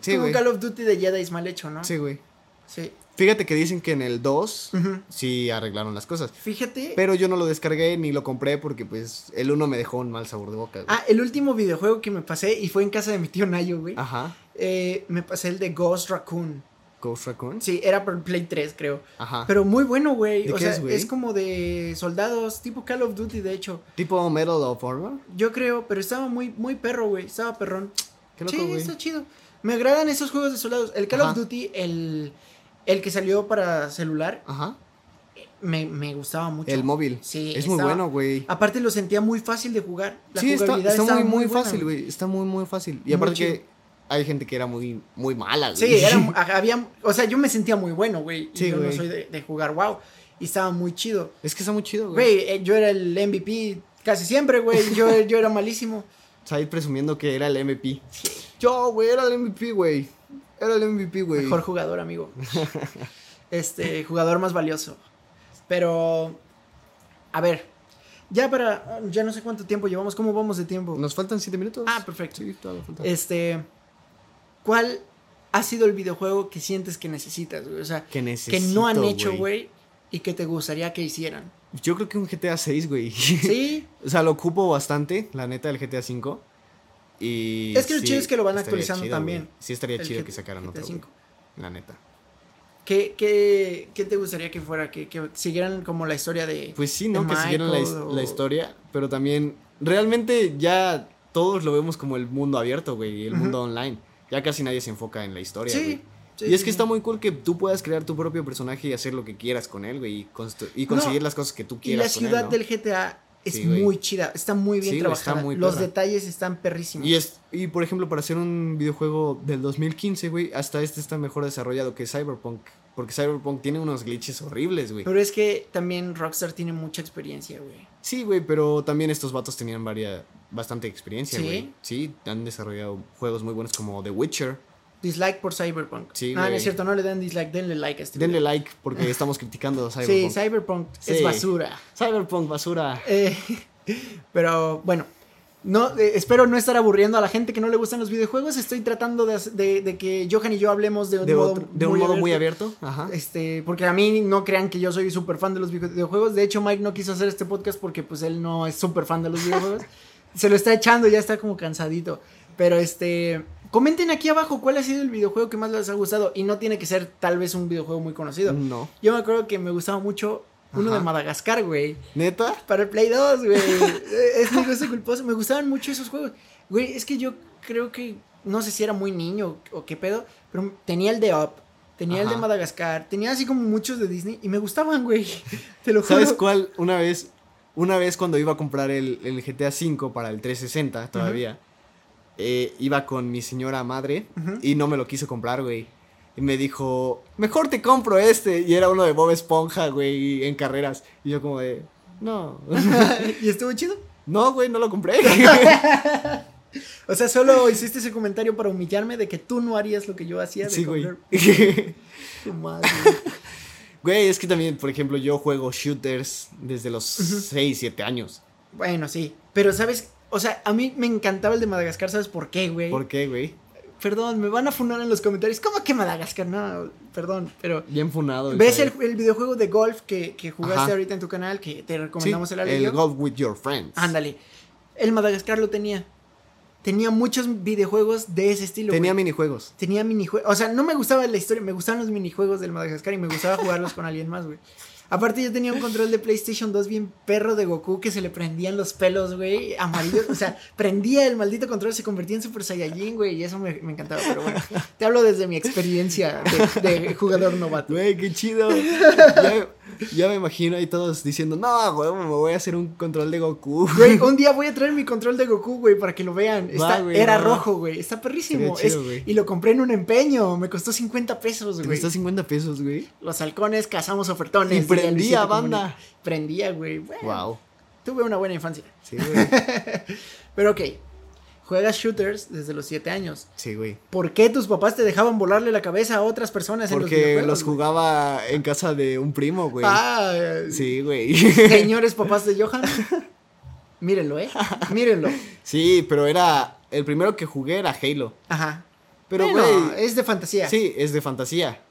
[SPEAKER 1] Sí,
[SPEAKER 2] Sí, güey.
[SPEAKER 1] Call of Duty de Jedi es mal hecho, ¿no?
[SPEAKER 2] Sí, güey.
[SPEAKER 1] Sí.
[SPEAKER 2] Fíjate que dicen que en el 2
[SPEAKER 1] Ujú.
[SPEAKER 2] sí arreglaron las cosas.
[SPEAKER 1] Fíjate.
[SPEAKER 2] Pero yo no lo descargué ni lo compré porque pues el uno me dejó un mal sabor de boca. güey.
[SPEAKER 1] Ah, el último videojuego que me pasé y fue en casa de mi tío Nayo, güey.
[SPEAKER 2] Ajá.
[SPEAKER 1] eh, me pasé el de Ghost Raccoon.
[SPEAKER 2] Ghost Recon.
[SPEAKER 1] Sí, era por Play 3, creo.
[SPEAKER 2] Ajá.
[SPEAKER 1] Pero muy bueno, güey.
[SPEAKER 2] Ah. ¿De
[SPEAKER 1] O
[SPEAKER 2] qué
[SPEAKER 1] sea,
[SPEAKER 2] es, güey?
[SPEAKER 1] es como de soldados, tipo Call of Duty, de hecho.
[SPEAKER 2] tipo Metal of Honor.
[SPEAKER 1] Yo creo, pero estaba muy, muy perro, güey. Estaba perrón.
[SPEAKER 2] Qué loco,
[SPEAKER 1] sí,
[SPEAKER 2] güey.
[SPEAKER 1] está chido. Me agradan esos juegos de soldados. El Call of
[SPEAKER 2] Ajá.
[SPEAKER 1] Duty, el, el que salió para celular,
[SPEAKER 2] Ajá.
[SPEAKER 1] me, me gustaba mucho.
[SPEAKER 2] El móvil.
[SPEAKER 1] Sí,
[SPEAKER 2] Es muy
[SPEAKER 1] estaba-
[SPEAKER 2] bueno, güey.
[SPEAKER 1] Aparte lo sentía muy fácil de jugar. La
[SPEAKER 2] Sí, está,
[SPEAKER 1] jugabilidad
[SPEAKER 2] está
[SPEAKER 1] estaba
[SPEAKER 2] muy, muy
[SPEAKER 1] buena,
[SPEAKER 2] fácil, güey. Está muy, muy fácil. Y
[SPEAKER 1] Muy
[SPEAKER 2] aparte
[SPEAKER 1] chido.
[SPEAKER 2] que hay gente que era muy, muy mala, güey.
[SPEAKER 1] Sí, era, mu- ajá, había, o sea, yo me sentía muy bueno, güey. y
[SPEAKER 2] Sí,
[SPEAKER 1] yo no
[SPEAKER 2] güey.
[SPEAKER 1] soy de, de jugar, wow. Y estaba muy chido.
[SPEAKER 2] Es que está muy chido, güey.
[SPEAKER 1] Güey, eh, yo era el MVP casi siempre, güey. Yo, yo era malísimo.
[SPEAKER 2] Está ahí presumiendo que era el MVP. Yo, güey, era el MVP, güey. Era el MVP, güey.
[SPEAKER 1] Mejor jugador, amigo. Este, jugador más valioso. Pero, a ver, ya para, ya no sé cuánto tiempo llevamos, ¿cómo vamos de tiempo?
[SPEAKER 2] Nos faltan siete minutos.
[SPEAKER 1] Ah, perfecto.
[SPEAKER 2] Sí, todavía falta.
[SPEAKER 1] Este, ¿cuál ha sido el videojuego que sientes que necesitas, güey? O sea,
[SPEAKER 2] Que
[SPEAKER 1] que no han
[SPEAKER 2] necesito,
[SPEAKER 1] hecho, güey, y que te gustaría que hicieran.
[SPEAKER 2] Yo creo que un GTA 6, güey.
[SPEAKER 1] Sí,
[SPEAKER 2] O sea, lo ocupo bastante, la neta, el GTA V. Y
[SPEAKER 1] Es que el
[SPEAKER 2] sí,
[SPEAKER 1] chido es que lo van
[SPEAKER 2] estaría
[SPEAKER 1] actualizando
[SPEAKER 2] chido,
[SPEAKER 1] también.
[SPEAKER 2] güey. Sí, estaría
[SPEAKER 1] El
[SPEAKER 2] chido
[SPEAKER 1] G-
[SPEAKER 2] que sacaran
[SPEAKER 1] GTA
[SPEAKER 2] otro.
[SPEAKER 1] V.
[SPEAKER 2] güey, La neta.
[SPEAKER 1] ¿Qué, qué, qué te gustaría que fuera? ¿Que, que siguieran como la historia de...
[SPEAKER 2] Pues sí,
[SPEAKER 1] de
[SPEAKER 2] ¿no? Que siguieran la, his-
[SPEAKER 1] Michael o-
[SPEAKER 2] la historia. Pero también, realmente ya todos lo vemos como el mundo abierto, güey. y El
[SPEAKER 1] Ujú.
[SPEAKER 2] mundo online. Ya casi nadie se enfoca en la historia,
[SPEAKER 1] sí,
[SPEAKER 2] güey.
[SPEAKER 1] sí,
[SPEAKER 2] y es
[SPEAKER 1] sí,
[SPEAKER 2] que
[SPEAKER 1] sí.
[SPEAKER 2] está muy cool que tú puedas crear tu propio personaje y hacer lo que quieras con él, güey. Y, constru- y
[SPEAKER 1] No,
[SPEAKER 2] conseguir las cosas que tú
[SPEAKER 1] Y
[SPEAKER 2] quieras.
[SPEAKER 1] la
[SPEAKER 2] con él,
[SPEAKER 1] ciudad
[SPEAKER 2] ¿no?
[SPEAKER 1] del GTA es
[SPEAKER 2] Sí, güey.
[SPEAKER 1] muy chida, está muy bien
[SPEAKER 2] Sí, güey, está
[SPEAKER 1] trabajada.
[SPEAKER 2] muy
[SPEAKER 1] Los
[SPEAKER 2] perra.
[SPEAKER 1] detalles están perrísimos.
[SPEAKER 2] Y, es, y por ejemplo, para hacer un videojuego del 2015, güey, hasta este está mejor desarrollado que Cyberpunk. Porque Cyberpunk tiene unos glitches horribles, güey.
[SPEAKER 1] Pero es que también Rockstar tiene mucha experiencia, güey.
[SPEAKER 2] Sí, güey, pero también estos vatos tenían varia- bastante experiencia,
[SPEAKER 1] ¿Sí?
[SPEAKER 2] güey. Sí, han desarrollado juegos muy buenos como The Witcher.
[SPEAKER 1] Dislike por Cyberpunk.
[SPEAKER 2] Sí,
[SPEAKER 1] no, no
[SPEAKER 2] güey.
[SPEAKER 1] es cierto, no le den dislike, denle like a este
[SPEAKER 2] Denle
[SPEAKER 1] video.
[SPEAKER 2] like porque estamos criticando a
[SPEAKER 1] Sí,
[SPEAKER 2] Cyberpunk.
[SPEAKER 1] Cyberpunk
[SPEAKER 2] Sí.
[SPEAKER 1] es basura.
[SPEAKER 2] Cyberpunk, basura.
[SPEAKER 1] Eh, pero bueno, No, eh, espero no estar aburriendo a la gente que no le gustan los videojuegos. Estoy tratando de, hac- de- de que Johan y yo hablemos de un
[SPEAKER 2] De,
[SPEAKER 1] modo,
[SPEAKER 2] otro- de un
[SPEAKER 1] muy
[SPEAKER 2] modo
[SPEAKER 1] abierto.
[SPEAKER 2] muy abierto. Ajá.
[SPEAKER 1] Este, porque a mí no crean que yo soy súper fan de los videojuegos. De hecho, Mike no quiso hacer este podcast porque pues él no es súper fan de los videojuegos. Se lo está echando, ya está como cansadito. Pero este, comenten aquí abajo cuál ha sido el videojuego que más les ha gustado. Y no tiene que ser tal vez un videojuego muy conocido.
[SPEAKER 2] No.
[SPEAKER 1] Yo me acuerdo que me gustaba mucho uno
[SPEAKER 2] Mm. Ajá.
[SPEAKER 1] de Madagascar, güey.
[SPEAKER 2] ¿Neta?
[SPEAKER 1] Para el Play 2, güey. Eh, es mi gusto culposo. Me gustaban mucho esos juegos. Güey, es que yo creo que. No sé si era muy niño o qué pedo. Pero tenía el de Up. Tenía el de
[SPEAKER 2] Ajá.
[SPEAKER 1] Madagascar. Tenía así como muchos de Disney. Y me gustaban, güey. Te lo juro.
[SPEAKER 2] ¿Sabes cuál? Una vez, una vez cuando iba a comprar el, el GTA V para el 360 todavía, eh, iba con mi señora madre
[SPEAKER 1] Ujú.
[SPEAKER 2] y no me lo quiso comprar, güey. Y me dijo, mejor te compro este. Y era uno de Bob Esponja, güey, en carreras. Y yo como de, no.
[SPEAKER 1] ¿Y estuvo chido?
[SPEAKER 2] no, güey, no lo compré.
[SPEAKER 1] O sea, solo hiciste ese comentario para humillarme de que tú no harías lo que yo hacía. De
[SPEAKER 2] sí, güey.
[SPEAKER 1] comprar- Tu madre.
[SPEAKER 2] Güey, es que también, por ejemplo, yo juego shooters desde los 6, 7 años.
[SPEAKER 1] Bueno, sí. Pero, ¿sabes? O sea, a mí me encantaba el de Madagascar. ¿Sabes por qué, güey?
[SPEAKER 2] ¿Por qué, güey?
[SPEAKER 1] Perdón, me van a funar en los comentarios. ¿Cómo que Madagascar? No, perdón, pero.
[SPEAKER 2] Bien funado.
[SPEAKER 1] ¿Ves el,
[SPEAKER 2] Isabel.
[SPEAKER 1] el videojuego de golf que, que jugaste
[SPEAKER 2] Ajá.
[SPEAKER 1] ahorita en tu canal? Que te
[SPEAKER 2] Sí,
[SPEAKER 1] recomendamos el
[SPEAKER 2] el
[SPEAKER 1] Alejo.
[SPEAKER 2] Golf with Your Friends.
[SPEAKER 1] Ándale. El Madagascar lo tenía. Tenía muchos videojuegos de ese estilo.
[SPEAKER 2] Tenía
[SPEAKER 1] Tenía,
[SPEAKER 2] minijuegos.
[SPEAKER 1] tenía minijuegos. O sea, no me gustaba la historia, me gustaban los minijuegos del Madagascar y me gustaba jugarlos con alguien más, güey. Aparte, yo tenía un control de PlayStation 2 bien perro de Goku que se le prendían los pelos, güey, amarillos. O sea, prendía el maldito control, se convertía en Super Saiyajin, güey, y eso me, me encantaba. Pero bueno, te hablo desde mi experiencia de, de jugador novato.
[SPEAKER 2] Güey, qué chido. ya, ya me imagino ahí todos diciendo, no, güey, me voy a hacer un control de Goku.
[SPEAKER 1] Güey, un día voy a traer mi control de Goku, güey, para que lo vean. Está-
[SPEAKER 2] Va, güey,
[SPEAKER 1] era
[SPEAKER 2] va.
[SPEAKER 1] rojo, güey. Está perrísimo.
[SPEAKER 2] Estaría chido,
[SPEAKER 1] Es-
[SPEAKER 2] güey.
[SPEAKER 1] y lo compré en un empeño. Me costó 50 pesos,
[SPEAKER 2] Te
[SPEAKER 1] güey.
[SPEAKER 2] costó 50 pesos, güey.
[SPEAKER 1] Los halcones cazamos ofertones.
[SPEAKER 2] Y prendía,
[SPEAKER 1] diría Luisito
[SPEAKER 2] banda.
[SPEAKER 1] Comunica. Prendía, güey. Bueno,
[SPEAKER 2] Wow.
[SPEAKER 1] Tuve una buena infancia.
[SPEAKER 2] Sí, güey.
[SPEAKER 1] Pero ok, juegas shooters desde los 7 años.
[SPEAKER 2] Sí, güey.
[SPEAKER 1] ¿Por qué tus papás te dejaban volarle la cabeza a otras personas en los
[SPEAKER 2] Porque
[SPEAKER 1] videojuegos,
[SPEAKER 2] los
[SPEAKER 1] güey?
[SPEAKER 2] jugaba en casa de un primo, güey.
[SPEAKER 1] Ah, eh,
[SPEAKER 2] Sí, güey.
[SPEAKER 1] señores papás de Johan. Mírenlo, ¿eh? Mírenlo.
[SPEAKER 2] sí, pero era. El primero que jugué era Halo.
[SPEAKER 1] Ajá.
[SPEAKER 2] Pero, güey.
[SPEAKER 1] Bueno, es de fantasía.
[SPEAKER 2] Sí, es de fantasía.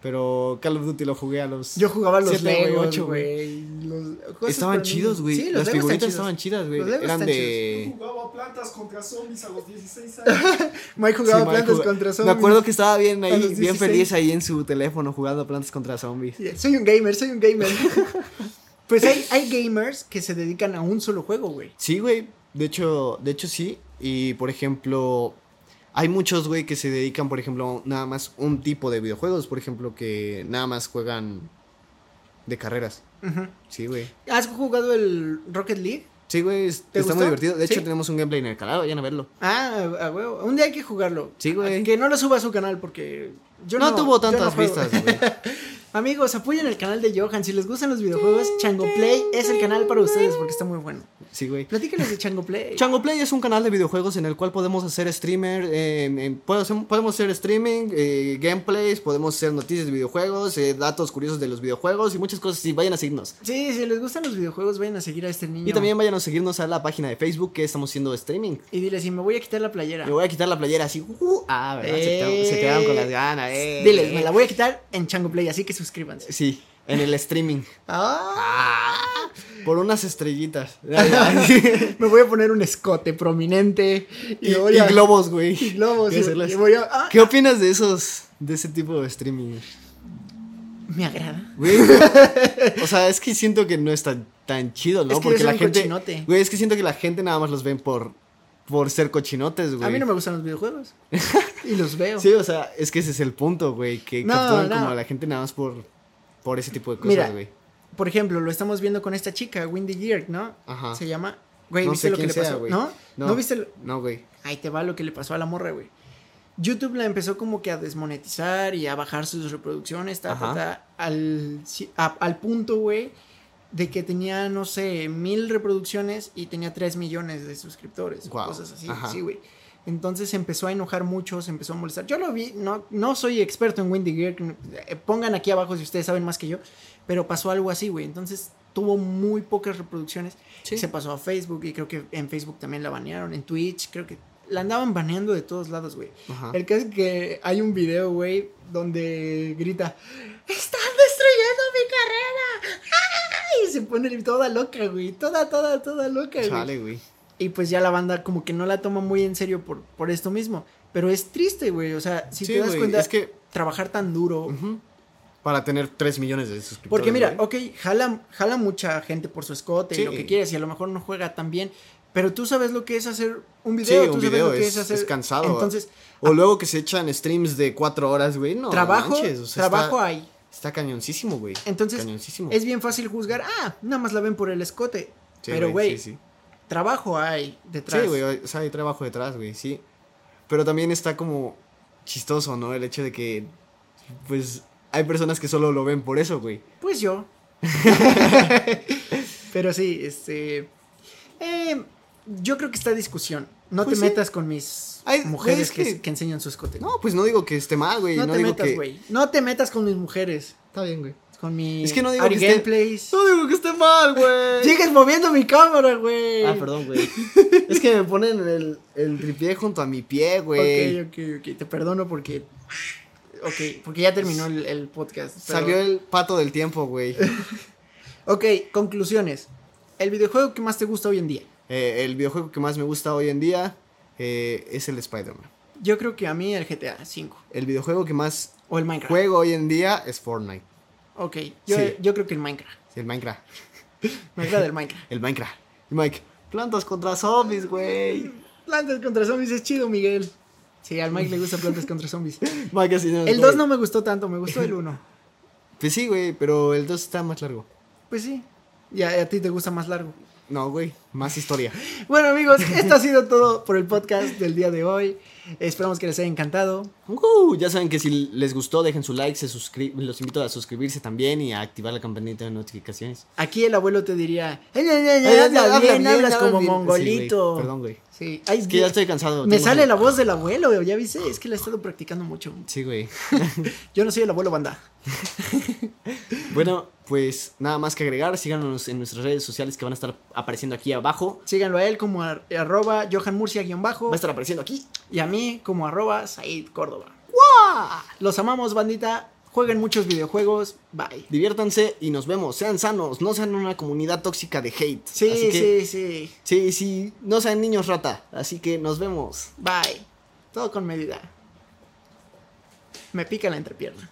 [SPEAKER 2] Pero Call of Duty lo jugué a los.
[SPEAKER 1] Yo jugaba los
[SPEAKER 2] siete, güey,
[SPEAKER 1] Legos,
[SPEAKER 2] ocho,
[SPEAKER 1] güey. Los- cosas
[SPEAKER 2] Estaban
[SPEAKER 1] para niños.
[SPEAKER 2] chidos, güey.
[SPEAKER 1] Sí, los
[SPEAKER 2] Las
[SPEAKER 1] Legos
[SPEAKER 2] figuritas
[SPEAKER 1] están
[SPEAKER 2] estaban
[SPEAKER 1] chidos.
[SPEAKER 2] chidas, güey.
[SPEAKER 1] Los Legos
[SPEAKER 2] Eran
[SPEAKER 1] están
[SPEAKER 2] de.
[SPEAKER 3] Jugaba plantas contra zombies a los 16 años.
[SPEAKER 1] Mike jugaba
[SPEAKER 2] Sí, Mike
[SPEAKER 1] plantas
[SPEAKER 2] jugaba-
[SPEAKER 1] contra
[SPEAKER 2] Me
[SPEAKER 1] zombies.
[SPEAKER 2] acuerdo que estaba bien
[SPEAKER 1] A
[SPEAKER 2] ahí,
[SPEAKER 1] los
[SPEAKER 2] bien
[SPEAKER 1] 16.
[SPEAKER 2] feliz ahí en su teléfono jugando plantas contra zombies.
[SPEAKER 1] Sí, Soy un gamer, soy un gamer. pues hay, hay gamers que se dedican a un solo juego, güey.
[SPEAKER 2] Sí, güey. De hecho, de hecho sí. Y por ejemplo, hay muchos, güey, que se dedican, por ejemplo, nada más un tipo de videojuegos. Por ejemplo, que nada más juegan de carreras.
[SPEAKER 1] Ujú.
[SPEAKER 2] Sí, güey.
[SPEAKER 1] ¿Has jugado el Rocket League?
[SPEAKER 2] Sí, güey, es-
[SPEAKER 1] ¿Te
[SPEAKER 2] está muy
[SPEAKER 1] gustó?
[SPEAKER 2] divertido. De hecho,
[SPEAKER 1] Sí.
[SPEAKER 2] tenemos un gameplay en el canal, vayan a verlo.
[SPEAKER 1] Ah, a huevo. Un día hay que jugarlo.
[SPEAKER 2] Sí, güey.
[SPEAKER 1] Que no lo suba a su canal porque yo no,
[SPEAKER 2] no, tuvo
[SPEAKER 1] yo
[SPEAKER 2] tantas
[SPEAKER 1] no juego.
[SPEAKER 2] vistas, güey.
[SPEAKER 1] Amigos, apoyen el canal de Johan. Si les gustan los videojuegos, Chango Play es el canal para ustedes porque está muy bueno.
[SPEAKER 2] Sí, güey.
[SPEAKER 1] Platícales de Chango Play.
[SPEAKER 2] Chango Play es un canal de videojuegos en el cual podemos hacer streamer, eh, em, puedo hacer- podemos hacer streaming, eh, gameplays, podemos hacer noticias de videojuegos, eh, datos curiosos de los videojuegos y muchas cosas. Y vayan a seguirnos.
[SPEAKER 1] Sí, si les gustan los videojuegos, vayan a seguir a este niño.
[SPEAKER 2] Y también vayan a seguirnos a la página de Facebook que estamos haciendo streaming.
[SPEAKER 1] Y dile, si me voy a quitar la playera.
[SPEAKER 2] Me voy a quitar la playera así. uh, ah, ¿verdad? Se,
[SPEAKER 1] Eh.
[SPEAKER 2] quedaron, se quedaron con las ganas. eh.
[SPEAKER 1] Diles, me la voy a quitar en Chango Play, así que suscríbanse.
[SPEAKER 2] Sí, en el streaming.
[SPEAKER 1] Ah,
[SPEAKER 2] Ah, por unas estrellitas.
[SPEAKER 1] me voy a poner un escote prominente y,
[SPEAKER 2] y,
[SPEAKER 1] me voy
[SPEAKER 2] y
[SPEAKER 1] a-
[SPEAKER 2] globos, güey.
[SPEAKER 1] y globos.
[SPEAKER 2] Voy a
[SPEAKER 1] y-
[SPEAKER 2] hacerlas.
[SPEAKER 1] y voy a- ah,
[SPEAKER 2] ¿Qué opinas de esos, de ese tipo de streaming?
[SPEAKER 1] me agrada.
[SPEAKER 2] Güey, o sea, es que siento que no es tan, tan chido, ¿no?
[SPEAKER 1] Es que yo
[SPEAKER 2] Porque
[SPEAKER 1] soy
[SPEAKER 2] la
[SPEAKER 1] un
[SPEAKER 2] gente.
[SPEAKER 1] cochinote.
[SPEAKER 2] Güey, es que siento que la gente nada más los ven por, por ser cochinotes, Pues güey.
[SPEAKER 1] A mí no me gustan los videojuegos. y los veo.
[SPEAKER 2] Sí, o sea, es que ese es el punto, güey. Que
[SPEAKER 1] No,
[SPEAKER 2] capturan
[SPEAKER 1] no.
[SPEAKER 2] como a la gente nada más por, por ese tipo de
[SPEAKER 1] Mira,
[SPEAKER 2] cosas, güey.
[SPEAKER 1] Por ejemplo, lo estamos viendo con esta chica, Windy Gear, ¿no?
[SPEAKER 2] Ajá.
[SPEAKER 1] Se llama. Güey,
[SPEAKER 2] No
[SPEAKER 1] ¿viste
[SPEAKER 2] sé
[SPEAKER 1] lo que
[SPEAKER 2] quién
[SPEAKER 1] le
[SPEAKER 2] sea,
[SPEAKER 1] pasó?
[SPEAKER 2] güey.
[SPEAKER 1] ¿No? ¿No,
[SPEAKER 2] No.
[SPEAKER 1] viste lo-
[SPEAKER 2] No, güey.
[SPEAKER 1] Ahí te va lo que le pasó a la morra, güey. YouTube la empezó como que a desmonetizar y a bajar sus reproducciones, ta, ta,
[SPEAKER 2] Ajá.
[SPEAKER 1] ta, al, ci- a- al punto, güey, de que tenía, no sé, mil reproducciones y tenía tres millones de suscriptores,
[SPEAKER 2] Guau,
[SPEAKER 1] cosas así,
[SPEAKER 2] ajá.
[SPEAKER 1] sí, güey. Entonces se empezó a enojar mucho, se empezó a molestar. Yo lo vi, no, no soy experto en Windy Gear, eh, pongan aquí abajo si ustedes saben más que yo, pero pasó algo así, güey. Entonces tuvo muy pocas reproducciones.
[SPEAKER 2] Sí.
[SPEAKER 1] Se pasó a Facebook y creo que en Facebook también la banearon, en Twitch, creo que la andaban baneando de todos lados, güey.
[SPEAKER 2] Ajá.
[SPEAKER 1] El caso es que hay un video, güey, donde grita, ¡Están destruyendo mi carrera! ¡Ah! Y se pone toda loca, güey, toda, toda, toda loca, güey.
[SPEAKER 2] Chale, güey.
[SPEAKER 1] Y pues ya la banda como que no la toma muy en serio por, por esto mismo. Pero es triste, güey. O sea, si
[SPEAKER 2] Sí,
[SPEAKER 1] te das
[SPEAKER 2] güey,
[SPEAKER 1] cuenta,
[SPEAKER 2] es que-
[SPEAKER 1] trabajar tan duro.
[SPEAKER 2] Ujú. Para tener 3 millones de suscriptores.
[SPEAKER 1] Porque mira,
[SPEAKER 2] güey.
[SPEAKER 1] ok, jala, jala mucha gente por su escote y lo
[SPEAKER 2] Sí.
[SPEAKER 1] que quieres y a lo mejor no juega tan bien. Pero tú sabes lo que es hacer un video.
[SPEAKER 2] Sí,
[SPEAKER 1] tú
[SPEAKER 2] un
[SPEAKER 1] sabes
[SPEAKER 2] video
[SPEAKER 1] lo que es,
[SPEAKER 2] es-
[SPEAKER 1] hacer.
[SPEAKER 2] es cansado.
[SPEAKER 1] Entonces,
[SPEAKER 2] O luego que se echan streams de 4 horas, güey. No,
[SPEAKER 1] trabajo,
[SPEAKER 2] manches, o sea,
[SPEAKER 1] trabajo
[SPEAKER 2] está,
[SPEAKER 1] hay.
[SPEAKER 2] está cañoncísimo, güey.
[SPEAKER 1] Entonces,
[SPEAKER 2] Cañoncísimo.
[SPEAKER 1] Es bien fácil juzgar. Ah, nada más la ven por el escote.
[SPEAKER 2] Sí,
[SPEAKER 1] pero, güey,
[SPEAKER 2] Sí, sí.
[SPEAKER 1] trabajo hay detrás.
[SPEAKER 2] Sí, güey, o sea, hay trabajo detrás, güey, sí. Pero también está como chistoso, ¿no? El hecho de que, pues, hay personas que solo lo ven por eso, güey.
[SPEAKER 1] Pues yo. Pero sí, este. eh, yo creo que está discusión. No
[SPEAKER 2] Pues
[SPEAKER 1] te
[SPEAKER 2] sí.
[SPEAKER 1] metas con mis
[SPEAKER 2] Ay, güey,
[SPEAKER 1] mujeres
[SPEAKER 2] es
[SPEAKER 1] que,
[SPEAKER 2] que-
[SPEAKER 1] que enseñan su escote. No,
[SPEAKER 2] No, pues no digo que esté mal, güey. No,
[SPEAKER 1] te
[SPEAKER 2] digo
[SPEAKER 1] metas,
[SPEAKER 2] que...
[SPEAKER 1] güey. No te metas con mis mujeres.
[SPEAKER 2] Está bien, güey.
[SPEAKER 1] Con mi
[SPEAKER 2] Es que no digo
[SPEAKER 1] Ari
[SPEAKER 2] que esté-
[SPEAKER 1] Gameplays.
[SPEAKER 2] No digo que esté mal, güey.
[SPEAKER 1] Sigues moviendo mi cámara, güey.
[SPEAKER 2] Ah, perdón, güey. es que me ponen el, el tripié junto a mi pie, güey.
[SPEAKER 1] Ok, ok, ok. Te perdono porque. Ok, porque ya terminó el, el podcast. pero-
[SPEAKER 2] Salió el pato del tiempo, güey.
[SPEAKER 1] Ok, conclusiones. El videojuego que más te gusta hoy en día.
[SPEAKER 2] Eh, el videojuego que más me gusta hoy en día eh, es el Spider-Man.
[SPEAKER 1] Yo creo que a mí el GTA V
[SPEAKER 2] El videojuego que más
[SPEAKER 1] o el Minecraft.
[SPEAKER 2] juego hoy en día es Fortnite.
[SPEAKER 1] Ok, yo,
[SPEAKER 2] Sí.
[SPEAKER 1] yo creo que el Minecraft.
[SPEAKER 2] El Minecraft.
[SPEAKER 1] Me agrada el Minecraft.
[SPEAKER 2] El Minecraft. Y Mike, plantas contra zombies, güey.
[SPEAKER 1] Plantas contra zombies es chido, Miguel. Sí, al Mike le gusta plantas contra zombies.
[SPEAKER 2] Mike, así
[SPEAKER 1] El 2 no me gustó tanto, me gustó el 1.
[SPEAKER 2] Pues sí, güey, pero el 2 está más largo.
[SPEAKER 1] Pues sí. Y a, a ti te gusta más largo.
[SPEAKER 2] No, güey, más historia.
[SPEAKER 1] Bueno, amigos, esto ha sido todo por el podcast del día de hoy. Esperamos que les haya encantado.
[SPEAKER 2] Ujú, ya saben que si les gustó, dejen su like, se suscri- los invito a suscribirse también y a activar la campanita de notificaciones.
[SPEAKER 1] Aquí el abuelo te diría: "Eh, eh,
[SPEAKER 2] Eh,
[SPEAKER 1] eh, Habla bien, hablas como
[SPEAKER 2] bien". Sí,
[SPEAKER 1] mongolito.
[SPEAKER 2] güey, Perdón, güey.
[SPEAKER 1] Sí, Ay,
[SPEAKER 2] Es que ya estoy cansado.
[SPEAKER 1] Me
[SPEAKER 2] tengo
[SPEAKER 1] sale
[SPEAKER 2] sueño.
[SPEAKER 1] la voz del abuelo, ya viste, es que la he estado practicando mucho.
[SPEAKER 2] Sí, güey.
[SPEAKER 1] Yo no soy el abuelo banda.
[SPEAKER 2] Bueno, pues nada más que agregar, síganos en nuestras redes sociales que van a estar apareciendo aquí abajo.
[SPEAKER 1] Síganlo a él como ar- arroba Johan Murcia guión bajo.
[SPEAKER 2] Va a estar apareciendo aquí.
[SPEAKER 1] Y a mí como arroba Said Córdoba. Los amamos, bandita. Jueguen muchos videojuegos. Bye.
[SPEAKER 2] Diviértanse y nos vemos. Sean sanos, no sean una comunidad tóxica de hate.
[SPEAKER 1] Sí,
[SPEAKER 2] Así que-
[SPEAKER 1] sí, sí.
[SPEAKER 2] Sí, sí, no sean niños rata. Así que nos vemos.
[SPEAKER 1] Bye. Todo con medida. Me pica la entrepierna.